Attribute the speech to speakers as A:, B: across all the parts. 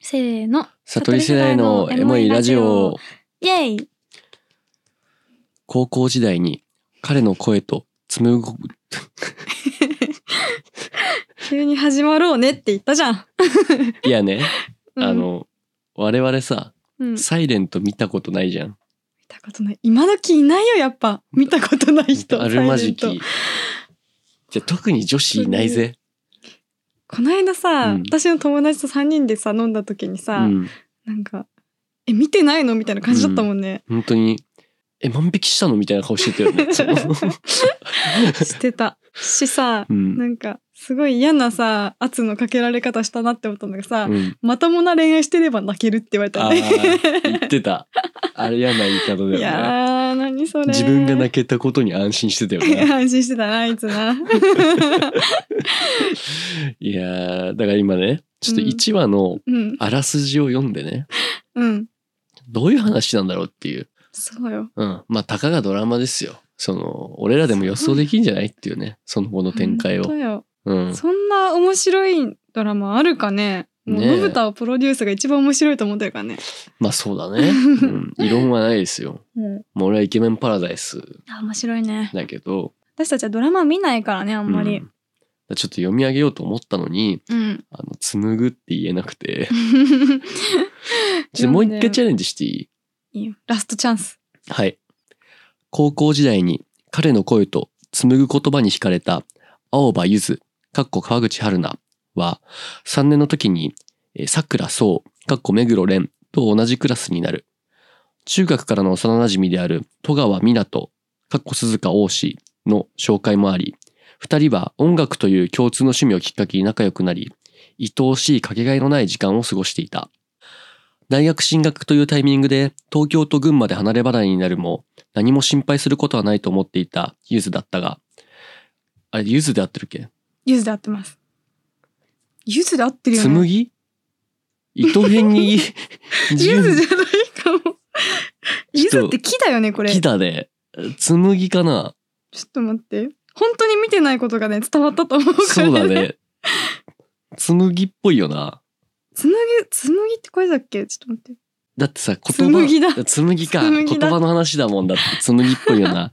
A: せーの。
B: 悟り世代のエモいラジオ。
A: イエイ
B: 高校時代に彼の声と紡ぐ
A: 急に始まろうねって言ったじゃん。
B: いやね、
A: うん
B: あ、の我々さ
A: うん、
B: 「
A: 見
B: サイレント見たことないじゃん、
A: たことない。今時いないよ、やっぱ。見たことない人。
B: あるまじ
A: サイレン
B: きじゃ特に女子いないぜ、
A: トこの間さ、
B: うん
A: 私の友達と3人でさ、飲んだ時に
B: う
A: さ、
B: ん、
A: なんか、え、見てないのみたいな感じだったもんね。
B: 本当に「え万引きしたの?」みたいな顔してた よね
A: してた。しさ
B: う、ん
A: なんか、すごい嫌なさ、圧のかけられ方したなって思ったんだけどさ、
B: うん、
A: まともな恋愛してれば泣けるって言われ
B: あ
A: た
B: あ
A: ね。
B: 言ってたあれ嫌な言い方
A: い
B: だよね
A: やー、何それ。
B: 自分が泣けたことに安心してたよね
A: 安心してたな、あいつな。
B: いやーだから今ねちょっと1話の
A: うん。
B: あらすじを読んでね、
A: うん。
B: どういう話なんだろうっていう。
A: そうよ。
B: うん。まあ、たかがドラマですよ。その、俺らでも予想できんじゃないっていうね。その後の展開
A: 本
B: を
A: 当。よ
B: うん。
A: そんな面白いドラマあるかね。もう、
B: ねえ
A: のぶたをプロデュースが一番面白いと思ってるからね。
B: まあ、そうだね。うん。異論はないですよ。
A: うん。
B: もう俺はイケメンパラダイス
A: あ、面白いね。
B: だけど。
A: 私たちはドラマ見ないからね、あ
B: あ
A: んまり。
B: ちょっと読み上げようと思ったのに、
A: うん。
B: あの、紡ぐって言えな くて。ちょっともう一回チャレンジしていい
A: いいよ。ラストチャンス。
B: はい。高校時代に彼の声と紡ぐ言葉に惹かれた青葉ゆず、かっこ川口春奈は、3年の時に、えー桜そう、かっこ目黒蓮と同じクラスになる。中学からの幼馴染である戸川湊斗、かっこ鈴鹿王氏の紹介もあり、二人は音楽という共通の趣味をきっかけに仲良くなり、愛おしいかけがえのない時間を過ごしていた。大学進学というタイミングで東京と群馬で離れ離れになるも何も心配することはないと思っていたゆずだったが、あれ、ゆずで合ってるっけ
A: ゆずで合ってます。ゆずで合ってるよね。
B: 紬糸編 に、
A: ゆずじゃないかも。ゆずって木だよね、これ。
B: 木だね。紬かな
A: ちょっと待って。本当に見てないことがね、伝わったと思うから、
B: そうだ。ね。紬っぽいよな。
A: つむぎ、つむぎってこれだっけちょっと待って。
B: だってさ、言葉。
A: 紬だ
B: 紬か。
A: 紬だ
B: 言葉の話だもんだって。紬っぽいよな。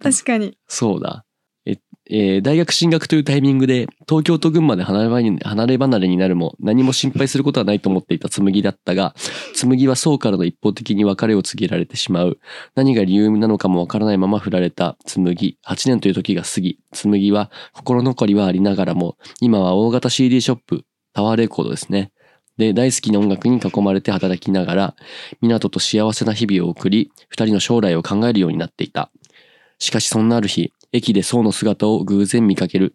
A: 確かに。
B: そうだ。え、えー大学進学というタイミングで、東京と群馬で離れ離れに離れ離れになるも、何も心配することはないと思っていた紬だったが、紬は宋からの一方的に別れを告げられてしまう。何が理由なのかもわからないまま振られた紬。8年という時が過ぎ、紬は心残りはありながらも、今は大型 CD ショップ、タワーレコードですね。で、大好きな音楽に囲まれて働きながら、港と幸せな日々を送り、二人の将来を考えるようになっていた。しかしそんなある日、駅で宋の姿を偶然見かける。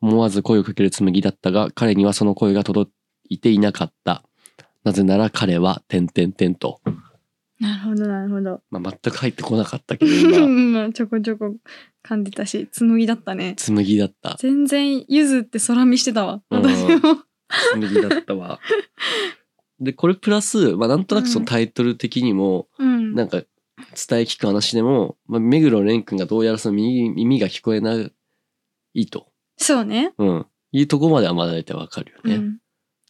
B: 思わず声をかける紬だったが、彼にはその声が届いていなかった。なぜなら彼は、てんてんてんと。
A: なるほど、なるほど。
B: まあ、全く入ってこなかったけど、今、
A: まあ、ちょこちょこ噛んでたし、つむぎだったね。
B: 紬だった。
A: 全然、ゆずって空見してたわ。
B: うん
A: 私も。
B: 紬だったわ。 で、これプラス、まあ、なんとなくそのタイトル的にも、
A: うん。
B: なんか、伝え聞く話でも、まあ、目黒蓮くんがどうやらその耳耳が聞こえないと。
A: そうね。
B: うん。いうとこまではまだ大体わかるよ
A: う
B: ね。
A: ん。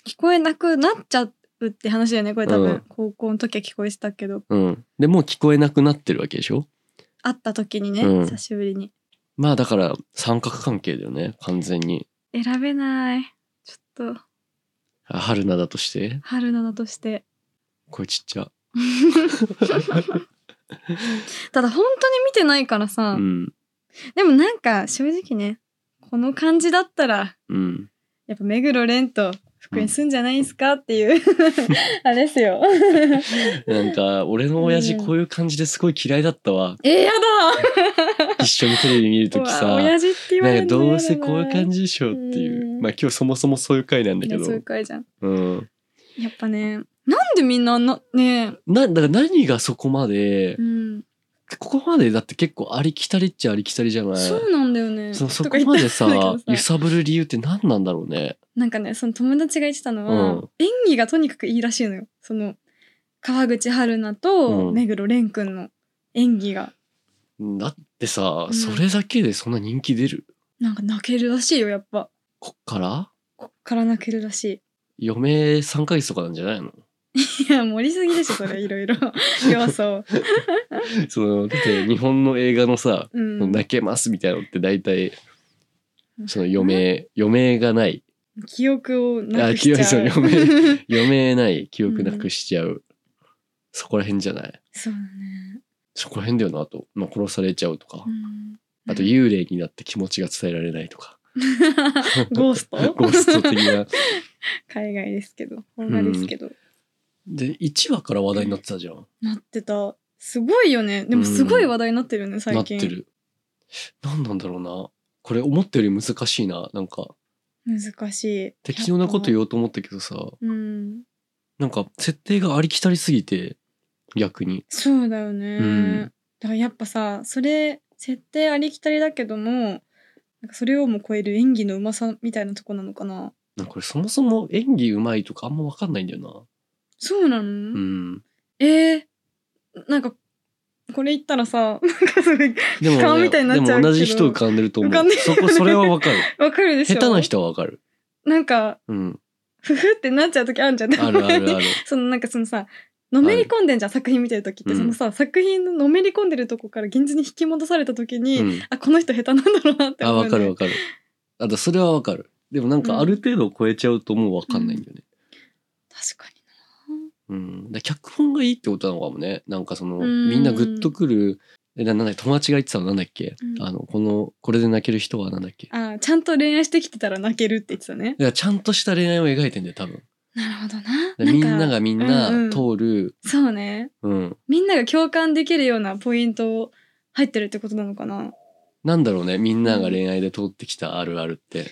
A: 聞こえなくなっちゃうって話だよね、これ多分。
B: うん
A: 高校の時は聞こえてたけど、
B: うん。でもう聞こえなくなってるわけでしょ
A: 会った時にね、
B: うん
A: 久しぶりに。
B: まあだから三角関係だよね、完全に。
A: 選べない。ちょっと、
B: あ春菜だとして、
A: 春菜だとして。
B: これちっちゃ。
A: ただ本当に見てないからさ、
B: うん。
A: でもなんか正直ねこの感じだったら
B: うん。
A: やっぱ目黒蓮と福井すんじゃないですかっていう、あれですよ
B: なんか、俺の親父こういう感じですごい嫌いだったわ。
A: えー、や
B: 一緒にテレビ見る
A: だう
B: とき
A: わ
B: さ。
A: 親父って言わ
B: な
A: れる
B: んか
A: の
B: どうせこういう感
A: じ
B: じでしょっていうう。
A: ん
B: まあ今日そもそもそういう回なんだけど
A: そう。いう回じゃん
B: うん。
A: やっぱねなんでみんなあんなね
B: な、だから何がそこまで
A: う、ん
B: ここまでだって結構ありきたりっちゃありきたりじゃない
A: そうなんだよね
B: そそ
A: と
B: こ
A: か言っ
B: ま
A: た
B: で
A: んだ
B: さ
A: け、ど
B: 揺さぶる理由って何なんだろうね。
A: なんかねその友達が言ってたのは、
B: うん
A: 演技がとにかくいいらしいのよその川口春奈
B: う
A: と
B: ん
A: 目黒蓮くんの演技が
B: だってさ、
A: うん
B: それだけでそんな人気出る
A: なんか泣けるらしいよやっぱ
B: こっから
A: こっから泣けるらしい
B: 余命3ヶ月とかなんじゃないの
A: いや 盛りすぎでしょそれい ろいろ要素、
B: その、だって日本の映画のさ、
A: うん、
B: 泣けますみたいなのって大体、その余命、余命がない、
A: 記憶をなくしちゃう
B: あ記憶そう読余命ない、記憶なくしちゃう。そこら辺じゃない
A: そうだね、
B: そこら辺だよな、あと。まあ、殺されちゃうとか
A: う。ん、
B: あと、幽霊になって気持ちが伝えられないとか。
A: ゴースト
B: ゴースト的な。
A: 海外ですけど本画ですけど、
B: で、1話から話題になってたじゃん。
A: なってたすごいよねでもすごい話題になってるよね、
B: な
A: 最
B: っ
A: 近
B: てる。何なんだろうな。これ思ったより難しいな。なんか、
A: 難しい
B: 適当なこと
A: う
B: 言おうと思ったけどさ、
A: うん
B: なんか、設定がありきたりすぎて、逆に。
A: そうだよね、
B: うん
A: だからやっぱさそれ設定ありきたりだけどもなんかそれをも超える演技のうまさみたいなとこなのかな
B: なんかこれそもそも演技うまいとかあんま分かんないんだよ
A: そうなの、
B: な。うん。
A: えー、なんかこれ言ったらさ なんかすごい
B: でも、
A: 顔みたいになっちゃうけど
B: でも同じ人浮かんでると思う。
A: 浮かんでる
B: そこ、それは分かる。
A: わかる でしょ
B: 下手な人は分かる。
A: なんか
B: うん。
A: ふふってなっちゃう時あるじゃん
B: あるあるある。
A: そのなんかそのさのめり込んでんじゃん、作品見てる時って、
B: うん
A: そのさ作品ののめり込んでるとこから現実に引き戻された時に、
B: うん。
A: あこの人下手なんだろうなって
B: あ、
A: 思う、ね、
B: 分かる分かる。あと、それは分かる。でもなんか、ある程度を超えちゃうともう分かんないんだよね。
A: 確かに
B: うん。で脚本がいいってことなのかもね。なんかその、
A: うん
B: みんなグッとくる、えななんだっけ友達が言ってたのなんだっけ、
A: うん
B: あの、この、これで泣ける人はなんだっけい
A: あーちゃんと恋愛してきてたら泣けるって言ってたね
B: やちゃんとした恋愛を描いてんだよ、多分。
A: なるほどな
B: でみんながみん
A: うんう
B: なん通る、
A: そうね
B: うん。
A: みんなが共感できるようなポイント入ってるってことなのかな
B: なんだろうね、みんなが恋愛で通ってきたあるあるって。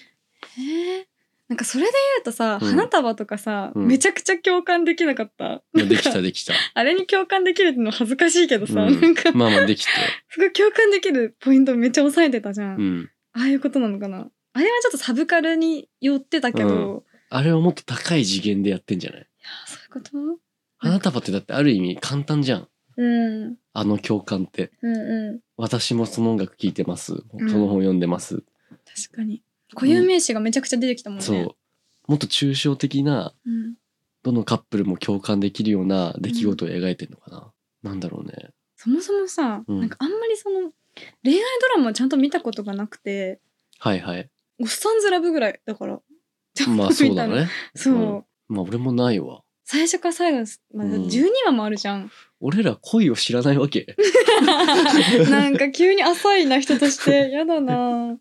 A: へえなんかそれで言うとさ、
B: うん
A: 花束とかさ、
B: うん
A: めちゃくちゃ共感できなかった、
B: いやでき
A: なん
B: た
A: か
B: できた。
A: あれに共感できるの恥ずかしいけどさ、
B: うん
A: なんか
B: まあまあできて。
A: すごい共感できるポイントめっちゃ抑えてたじゃん、
B: うん。
A: ああいうことなのかなあれはちょっとサブカルに寄ってたけど、
B: う
A: い
B: ん
A: や
B: あれはもっと高い次元でやってんじゃない
A: ーそういうこと、
B: 花束ってだってある意味簡単じゃん。
A: うん、うん
B: あの共感って。
A: うん
B: 私もその音楽聴いてます。そ
A: ん
B: の本読んでます。
A: 確かに固有名詞がめちゃくちゃ出てきたもんね、
B: そう。もっと抽象的な、
A: うん
B: どのカップルも共感できるような出来事を描いてんのかな。なんだろうね。
A: そもそもさ、
B: うん
A: なんかあんまりその恋愛ドラマをちゃんと見たことがなくて
B: はいはい。
A: 「おっさんずラブ」ぐらいだから ちゃんと
B: まあそうだ
A: 見たの
B: ね。
A: そう、
B: うんまあ俺もないわ。
A: 最初から最後です、まあ、
B: うん
A: 12話もあるじ ゃん、
B: 俺ら恋を知らないわ け。
A: なんか急に浅いな人と してやだな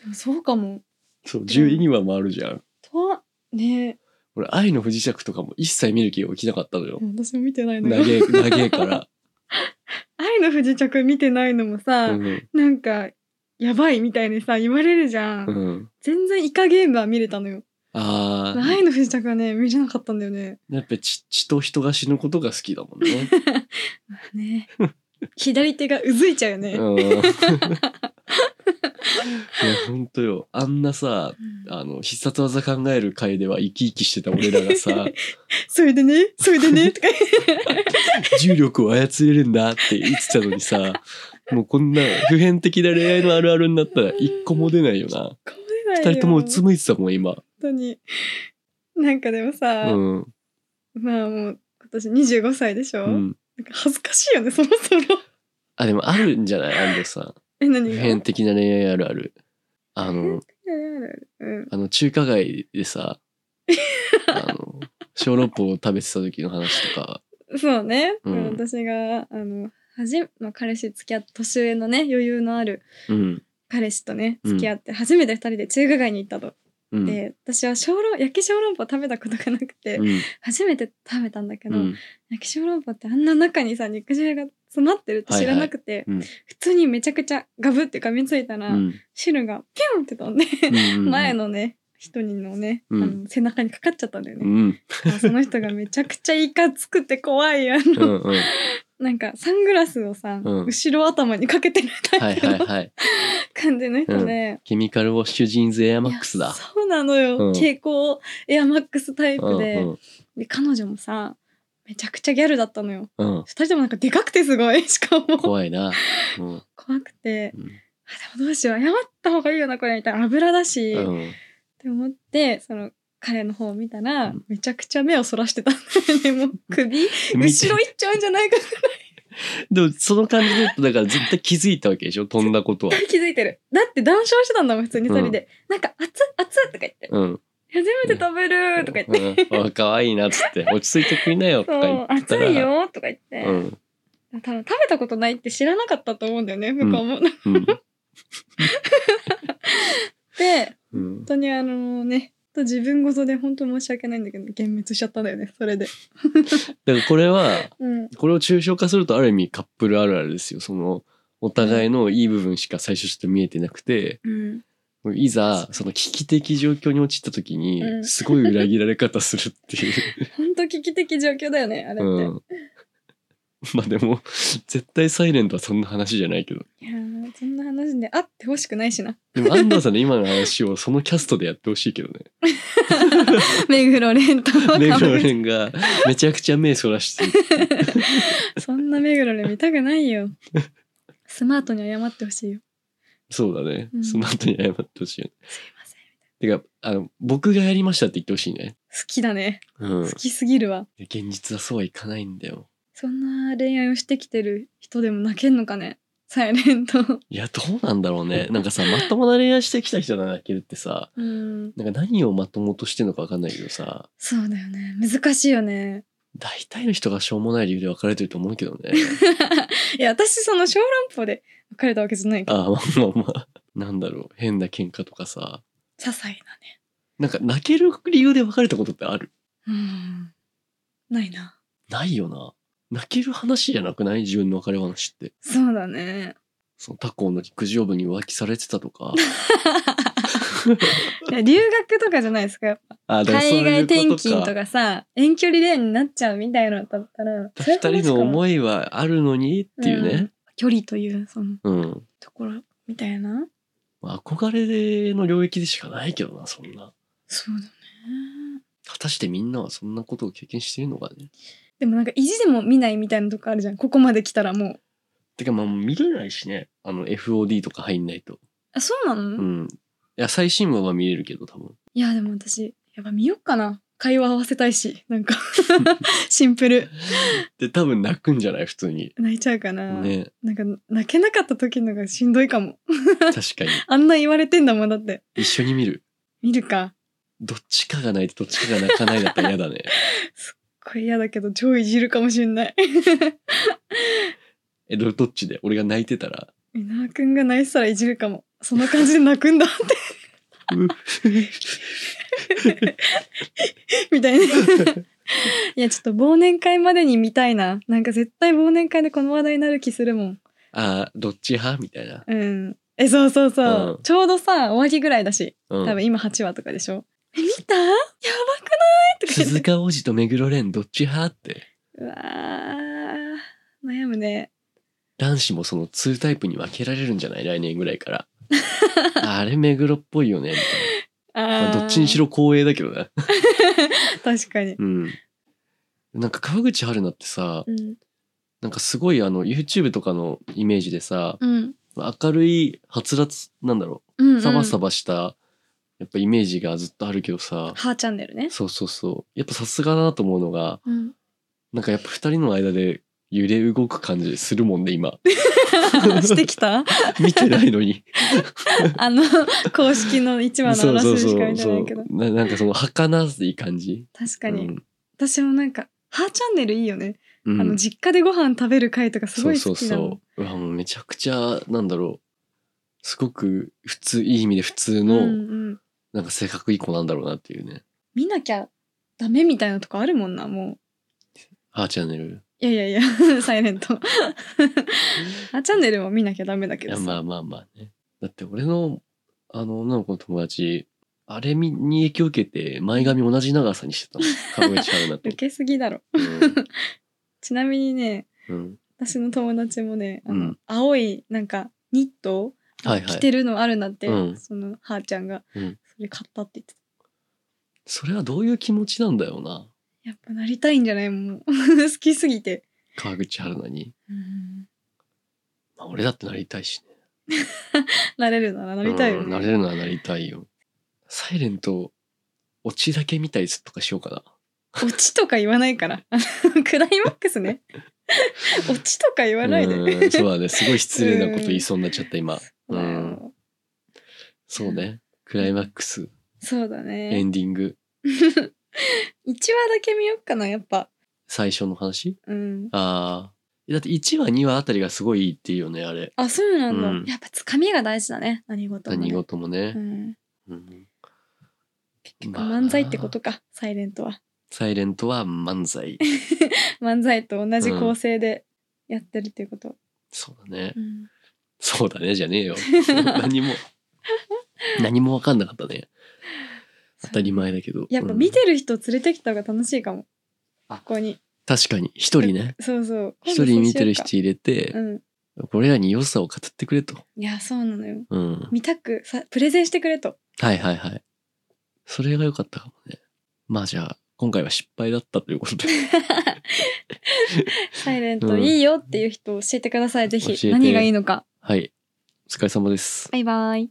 A: でもそうかも
B: そう、12話もあるじゃん。
A: とはね
B: 俺、愛の不時着とかも一切見る気が起きなかったのよ
A: え。私も見てないの
B: 長
A: よ
B: え、長えから。
A: 愛の不時着見てないのもさ、
B: うん。
A: なんかやばいみたいにさ言われるじゃん、
B: うん。
A: 全然イカゲームは見れたのよ
B: ああ、
A: 愛の不時着はね見れなかったんだよね
B: やっぱ血血と人が死ぬことが好きだもん ね。
A: ね 左手がうずいちゃうよね、
B: うん。 いや、ほんとよ。あんなさ、あの、必殺技考える回では生き生きしてた俺らが さ、
A: それでねそれでねとか
B: 重力を操れるんだって言ってたのにさ、もうこんな普遍的な恋愛のあるあるになったら一個も出ない よな。
A: こぼれないよ
B: 二人ともうつむいてたもん、今。
A: 本当になんかでも
B: う
A: さ、
B: ん。
A: まあもう今年25歳でしょ、
B: うん。
A: なんか恥ずかしいよねそもそも
B: あ、でもあるんじゃない安藤さん。
A: え何
B: 普
A: が
B: 遍的な恋愛あるある。あの、
A: うん
B: あの中華街 でさ、あの、小籠包を食べてた時の話とか、
A: そうね、
B: うん
A: 私があの初め、まあ、彼氏付き合って年上のね余裕のある
B: うん。
A: 彼氏とね
B: うん
A: 付き合って初めて二人で中華街に行ったと、
B: うん。
A: で私は小籠焼き小籠包食べたことがなくて、
B: うん、
A: 初めて食べたんだけ
B: う
A: ど、
B: ん。
A: 焼き小籠包ってあんな中にさ肉汁が詰まってるって知らなくて、
B: はいはいうん
A: 普通にめちゃくちゃガブって噛みついたら、
B: うん。
A: 汁がピュンって飛んで、
B: うん
A: 前。のね人にのね、
B: うん
A: あの背中にかかっちゃったんだよ
B: う
A: ね、
B: ん。
A: まあその人がめちゃくちゃいかつくて怖いあ
B: う
A: の、
B: ん。うん。はい
A: なんかサングラスをさ、
B: うん
A: 後ろ頭にかけてる
B: は
A: タイ
B: い
A: プの
B: はい。
A: 感じの人で、
B: ケミカルウォッシュジーンズエアマックス
A: いや
B: だ。
A: そうなのよ、
B: うん
A: 蛍光エアマックスタイ
B: うん
A: プで,、
B: うん。
A: で彼女もさめちゃくちゃギャルだったのよ
B: うん。
A: 二人ともなんかでかくてすごいしかも
B: 怖いな。うん。
A: 怖くて
B: うん
A: あでもどうしよう謝った方がいいよなこれみたいな油だし、
B: うん。
A: って思ってその彼の方を見たら、
B: うん
A: めちゃくちゃ目をそらしてたんだよね。もう 首、
B: 見て
A: 後ろ行っちゃうんじゃないかっ
B: でもその感じで言うとだから絶対気づいたわけでしょ飛んだことは。
A: て気づいてる。だって談笑してたんだもん、普通に二人で。なんか、熱っ熱っとか言って。
B: うん。
A: 初めて食べるとか言って。
B: うんあ可愛いなっつって落ち着いて食いなよと
A: そ
B: か言
A: う、
B: った
A: 熱
B: ら。
A: い。よとか言っ
B: う
A: て。
B: ん。
A: 多分食べたことないって知らなかったと思うんだよね、向こうも。
B: うん。
A: で、
B: うん
A: 本当にあのね、と自分ごとで本当申し訳ないんだけど、幻滅しちゃったんだよね、それで。
B: だからこれは
A: うん。
B: これを抽象化するとある意味カップルあるあるですよ。そのお互いのいい部分しか最初ちょっと見えてなくて、
A: うん。
B: いざその危機的状況に陥った時
A: う
B: に
A: ん
B: すごい裏切られ方するっ ていう。
A: 本当危機的状況だよね、あれって。
B: うん。まあでも絶対サイレントはそんな話じゃないけど。
A: いやーそんな話であってほしくないしな。
B: でも安藤さんの今の話をそのキャストでやってほしいけどね。
A: 目黒蓮と
B: 目黒蓮がめちゃくちゃ目そらしてる。
A: そんな目黒蓮見たくないよ。スマートに謝ってほしいよ。
B: そうだね
A: う。ん
B: その後に謝ってほしいよね。
A: すいません。
B: てか、あの、僕がやりましたって言ってほしいね。
A: 好きだね。
B: うん。
A: 好きすぎるわ。
B: 現実はそうはいかないんだよ。
A: そんな恋愛をしてきてる人でも泣けんのかね。サイレント。
B: いや、どうなんだろうね。なんかさ、まともな恋愛してきた人が泣けるってさ、
A: うん。
B: なんか何をまともとしてんのかわかんないけどさ、
A: そうだよね。難しいよね。
B: 大体の人がしょうもない理由で別れてると思うけど ね。
A: いや、私その小籠包で別れたわけじゃないから。
B: ああ、まあまあまあ。なんだろう。変な喧嘩とかさ。
A: 些細なね。
B: なんか泣ける理由で別れたことってある
A: うん。ないな。
B: ないよな。泣ける話じゃなくない自分の別れ話って。
A: そうだね。
B: その他校の陸上部に浮気されてたとか。
A: いや留学とかじゃないですか。やっぱ
B: あだからそ
A: 海
B: うい
A: 外
B: うこと
A: 転勤とかさ、遠距離恋になっちゃうみたいなのだったら、そういう話か
B: 二人の思いはあるのにっていうね。
A: 距離というその
B: うん。
A: ところみたいな。
B: まあ憧れの領域でしかないけどな、そんな。
A: そうだね。
B: 果たしてみんなはそんなことを経験してるのかね。
A: でもなんか意地でも見ないみたいなとこあるじゃん。ここまで来たらもう。
B: てかまあもう見れないしね。あの FOD とか入んないと。
A: あ、そうなの、
B: うん。いや、最新話は見れるけど 多分。
A: いや、でも私、やっぱ見よっかな。会話合わせたいし、なん か、シンプル。
B: で、多分泣くんじゃない普通に。
A: 泣いちゃうかな。
B: ね。
A: なんか泣けなかった時のがしんどいかも。
B: 確かに。
A: あんな言われてんだもんだって。
B: 一緒に見る。
A: 見るか。
B: どっちかが泣いてどっちかが泣かないだったら嫌だね。
A: これ嫌だけど超いじるかもしんない。
B: え、どどっちで俺が泣いてた ら。
A: みなわくんが泣いてたらいじるかも。そんな感じで泣くんだっ
B: う
A: て、み たいな。いや、ちょっと忘年会までに見たいな。なんか絶対忘年会でこの話題になる気するもん。
B: あーどっち派みたいな。
A: うん。え、そうそうそう。
B: うん
A: ちょうどさ、終わりぐらいだし。
B: うん、
A: 多分今8話とかでしょ。え、見たやばくないとか言って
B: 鈴鹿王子と目黒蓮どっち派って
A: うわー悩むね。
B: 男子もその2タイプに分けられるんじゃない来年ぐらい からあれ目黒っぽいよねみたいな、
A: あ
B: まあどっちにし
A: ろ。
B: ろ光栄だけどな
A: 確かに。
B: うんなんか川口春奈ってさ
A: うん。
B: なんかすごいあの YouTube とかのイメージでさ
A: うん。
B: 明るいはつらつなんだろ
A: うん、
B: うサバサバしたやっぱイメージがずっとあるけどさ
A: ハーチャンネルね。
B: そうそうそうやっぱさすがだなと思うのが
A: うん。
B: なんかやっぱ二人の間で揺れ動く感じするもん ね今
A: してきた
B: 見てないの に
A: あの、公式の一話の話しか見てないけど。
B: ななんかその儚い感じ
A: 確かに、
B: うん
A: 私もなんか、ハーチャンネルいいよね。
B: うん
A: あの、実家でご飯食べる回とかすごい
B: そ
A: 好
B: うそ
A: き
B: う
A: なの。
B: そううわもうめちゃくちゃなんだろうすごく普通いい意味で普通
A: う
B: の、
A: んうん。
B: なんか性格いい子なんだろうなっていうね
A: 見なきゃダメみたいなとこあるもんな、もう。
B: ハーチャンネル
A: いやいやいや、サ イレント。あ、チャンネルも見なきゃダメだ
B: い
A: けど
B: や
A: さ。
B: まあまあまあねだって俺のあの女の子の友達あれみに影響を受けて前髪同じ長さにしてたの川口春奈
A: 受
B: と、
A: けすぎだろ。 ちなみにね、
B: うんうん
A: 私の友達もね、あの
B: うん
A: 青いなんかニットを
B: はいは
A: 着
B: い
A: てるのあるんだって、
B: うん
A: そのはーちゃんが、
B: うん
A: それ買ったって言ってた。
B: それはどういう気持ちなんだよな
A: やっぱなりたいんじゃないもう 好きすぎて。
B: 川口春奈に、まあ、俺だってなりたいしね
A: なれるならなりたいよ
B: うんな
A: ね。
B: れるならなりたいよ。サイレントオチだけ見たりとかしようかな。
A: オチとか言わないから。 あのクライマックス ね。オチとか言わないで。
B: うーんそうだね。すごい失礼なこと言いそうになっちゃった、今。うん。そうね。クライマックス、
A: そうだ
B: エ
A: ね。
B: ンディング、
A: 1話だけ見よっかな、やっぱ。
B: 最初の話
A: うん。
B: ああ。だって1話、2話あたりがすごいいいっていうよね、あれ。
A: あ、そうなんだ。
B: うん
A: やっぱつかみが大事だね。何事も、ね。
B: 何事も
A: う
B: ね。
A: ん。
B: うん
A: 結局漫才ってことか、サイレントは。
B: サイレントは漫才。
A: 漫才と同じ構成でやってるっていうこと。
B: そうだね。
A: うん
B: そうだね、じ ゃねえよ。何も、何も分かんなかったね。当たり前だけど。
A: やっぱ
B: うん
A: 見てる人連れてきた方が楽しいかも。
B: あ
A: ここに。
B: 確かに、一人ね。
A: そうそう。
B: 一人見て
A: 今度そうし
B: る
A: ようか
B: 人入れて、
A: うん。
B: これらに良さを語ってくれと。
A: いや、そうなのよ。
B: うん。
A: 見たくさ、プレゼンしてくれと。
B: はいはいはい。それが良かったかもね。まあじゃあ、今回は失敗だったというこ とで、
A: サイレン
B: う
A: ト
B: ん
A: いいよっていう人教えてください、ぜ
B: 教えて
A: ひ。何がいいのか。
B: はい。お疲れ様です。
A: バイバイ。